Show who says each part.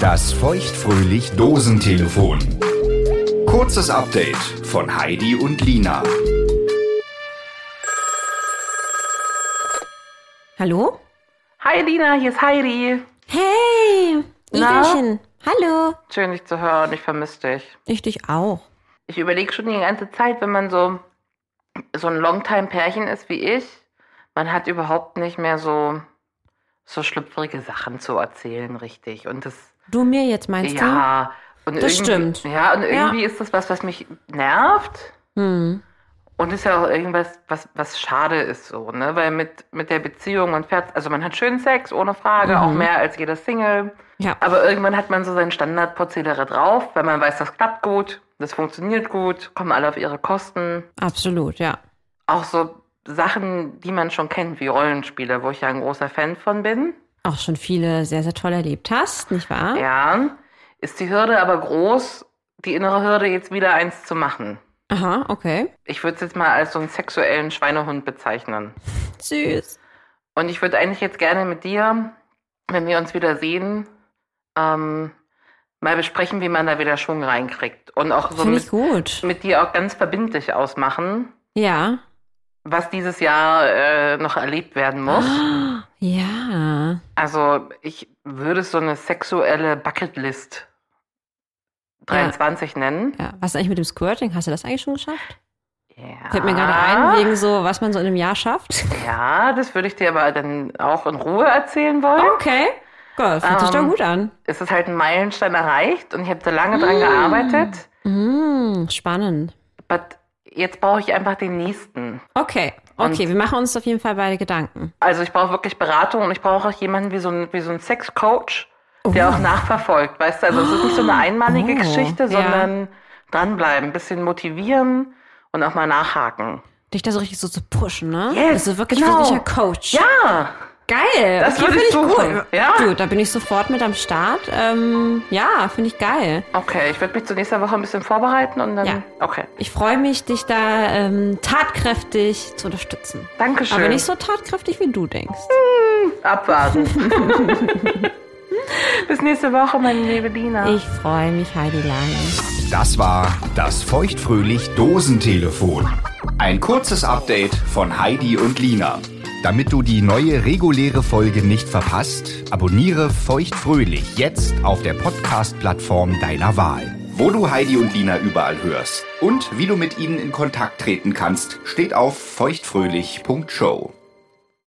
Speaker 1: Das feuchtfröhlich Dosentelefon. Kurzes Update von Heidi und Lina.
Speaker 2: Hallo?
Speaker 3: Hi Lina, hier ist Heidi.
Speaker 2: Hey!
Speaker 3: Na?
Speaker 2: Igelchen. Hallo.
Speaker 3: Schön, dich zu hören. Ich vermisse dich.
Speaker 2: Ich dich auch.
Speaker 3: Ich überlege schon die ganze Zeit, wenn man so, so ein Longtime-Pärchen ist wie ich, man hat überhaupt nicht mehr so, so schlüpfrige Sachen zu erzählen, richtig. Und das,
Speaker 2: Du mir jetzt meinst
Speaker 3: ja. Und
Speaker 2: Das
Speaker 3: irgendwie-
Speaker 2: stimmt.
Speaker 3: Ja, und irgendwie ist das was, was mich nervt.
Speaker 2: du? Hm.
Speaker 3: Und ist ja auch irgendwas, was, was schade ist so, ne? Weil mit, mit der Beziehung, man fährt, also man hat schön Sex, ohne Frage,
Speaker 2: Mhm.
Speaker 3: auch mehr als jeder Single.
Speaker 2: Ja.
Speaker 3: Aber irgendwann hat man so sein Standardprozedere drauf, weil man weiß, das klappt gut, das funktioniert gut, kommen alle auf ihre Kosten.
Speaker 2: Absolut, ja.
Speaker 3: Auch so Sachen, die man schon kennt, wie Rollenspiele, wo ich ja ein großer Fan von bin.
Speaker 2: Auch schon viele sehr, sehr toll erlebt hast, nicht wahr?
Speaker 3: Ja, ist die Hürde aber groß, die innere Hürde jetzt wieder eins zu machen.
Speaker 2: Aha, okay.
Speaker 3: Ich würde es jetzt mal als so einen sexuellen Schweinehund bezeichnen.
Speaker 2: Süß.
Speaker 3: Und ich würde eigentlich jetzt gerne mit dir, wenn wir uns wieder sehen, ähm, mal besprechen, wie man da wieder Schwung reinkriegt. Und auch so
Speaker 2: Finde ich
Speaker 3: mit,
Speaker 2: gut.
Speaker 3: mit dir auch ganz verbindlich ausmachen,
Speaker 2: Ja.
Speaker 3: was dieses Jahr äh, noch erlebt werden muss.
Speaker 2: Ah, Ja.
Speaker 3: Also ich würde es so eine sexuelle Bucketlist 23 nennen.
Speaker 2: ja. Was ist eigentlich mit dem Squirting? Hast du das eigentlich schon geschafft?
Speaker 3: Ja.
Speaker 2: Fällt mir gerade ein, wegen so, was man so in einem Jahr schafft.
Speaker 3: Ja, das würde ich dir aber dann auch in Ruhe erzählen wollen.
Speaker 2: Okay. Gott, fühlt sich doch
Speaker 3: Ähm.
Speaker 2: gut an.
Speaker 3: Es ist halt ein Meilenstein erreicht und ich habe da lange dran gearbeitet.
Speaker 2: Mm, spannend.
Speaker 3: But jetzt brauche ich einfach den nächsten.
Speaker 2: Okay. Okay, wir machen uns auf jeden Fall beide Gedanken.
Speaker 3: Also ich brauche wirklich Beratung und ich brauche auch jemanden wie so ein, wie so ein Sexcoach, der auch nachverfolgt. Weißt du, also es ist nicht so eine einmalige
Speaker 2: Oh,
Speaker 3: Geschichte,
Speaker 2: ja.
Speaker 3: sondern dranbleiben, ein bisschen motivieren und auch mal nachhaken.
Speaker 2: Dich da so richtig so zu pushen, ne?
Speaker 3: Yes,
Speaker 2: also wirklich
Speaker 3: genau.
Speaker 2: genau. wirklicher Coach.
Speaker 3: Ja,
Speaker 2: Geil.
Speaker 3: Das würde
Speaker 2: find
Speaker 3: ich suchen, ja.
Speaker 2: Du, da bin ich sofort mit am Start. Ähm, ja, finde ich geil.
Speaker 3: okay. Ich werde mich zur nächsten Woche ein bisschen vorbereiten und dann.
Speaker 2: Ja.
Speaker 3: Ähm, Okay.
Speaker 2: Ich freue mich, dich da ähm, tatkräftig zu unterstützen.
Speaker 3: Dankeschön.
Speaker 2: Aber nicht so tatkräftig, wie du denkst.
Speaker 3: Abwarten. Bis nächste Woche, meine liebe Dina.
Speaker 2: Ich freue mich, Heidi Lange.
Speaker 1: Das war das feuchtfröhlich Dosentelefon. Ein kurzes Update von Heidi und Lina. Damit du die neue reguläre Folge nicht verpasst, abonniere feuchtfröhlich jetzt auf der Podcast-Plattform deiner Wahl. Wo du Heidi und Lina überall hörst und wie du mit ihnen in Kontakt treten kannst, steht auf feuchtfröhlich.show.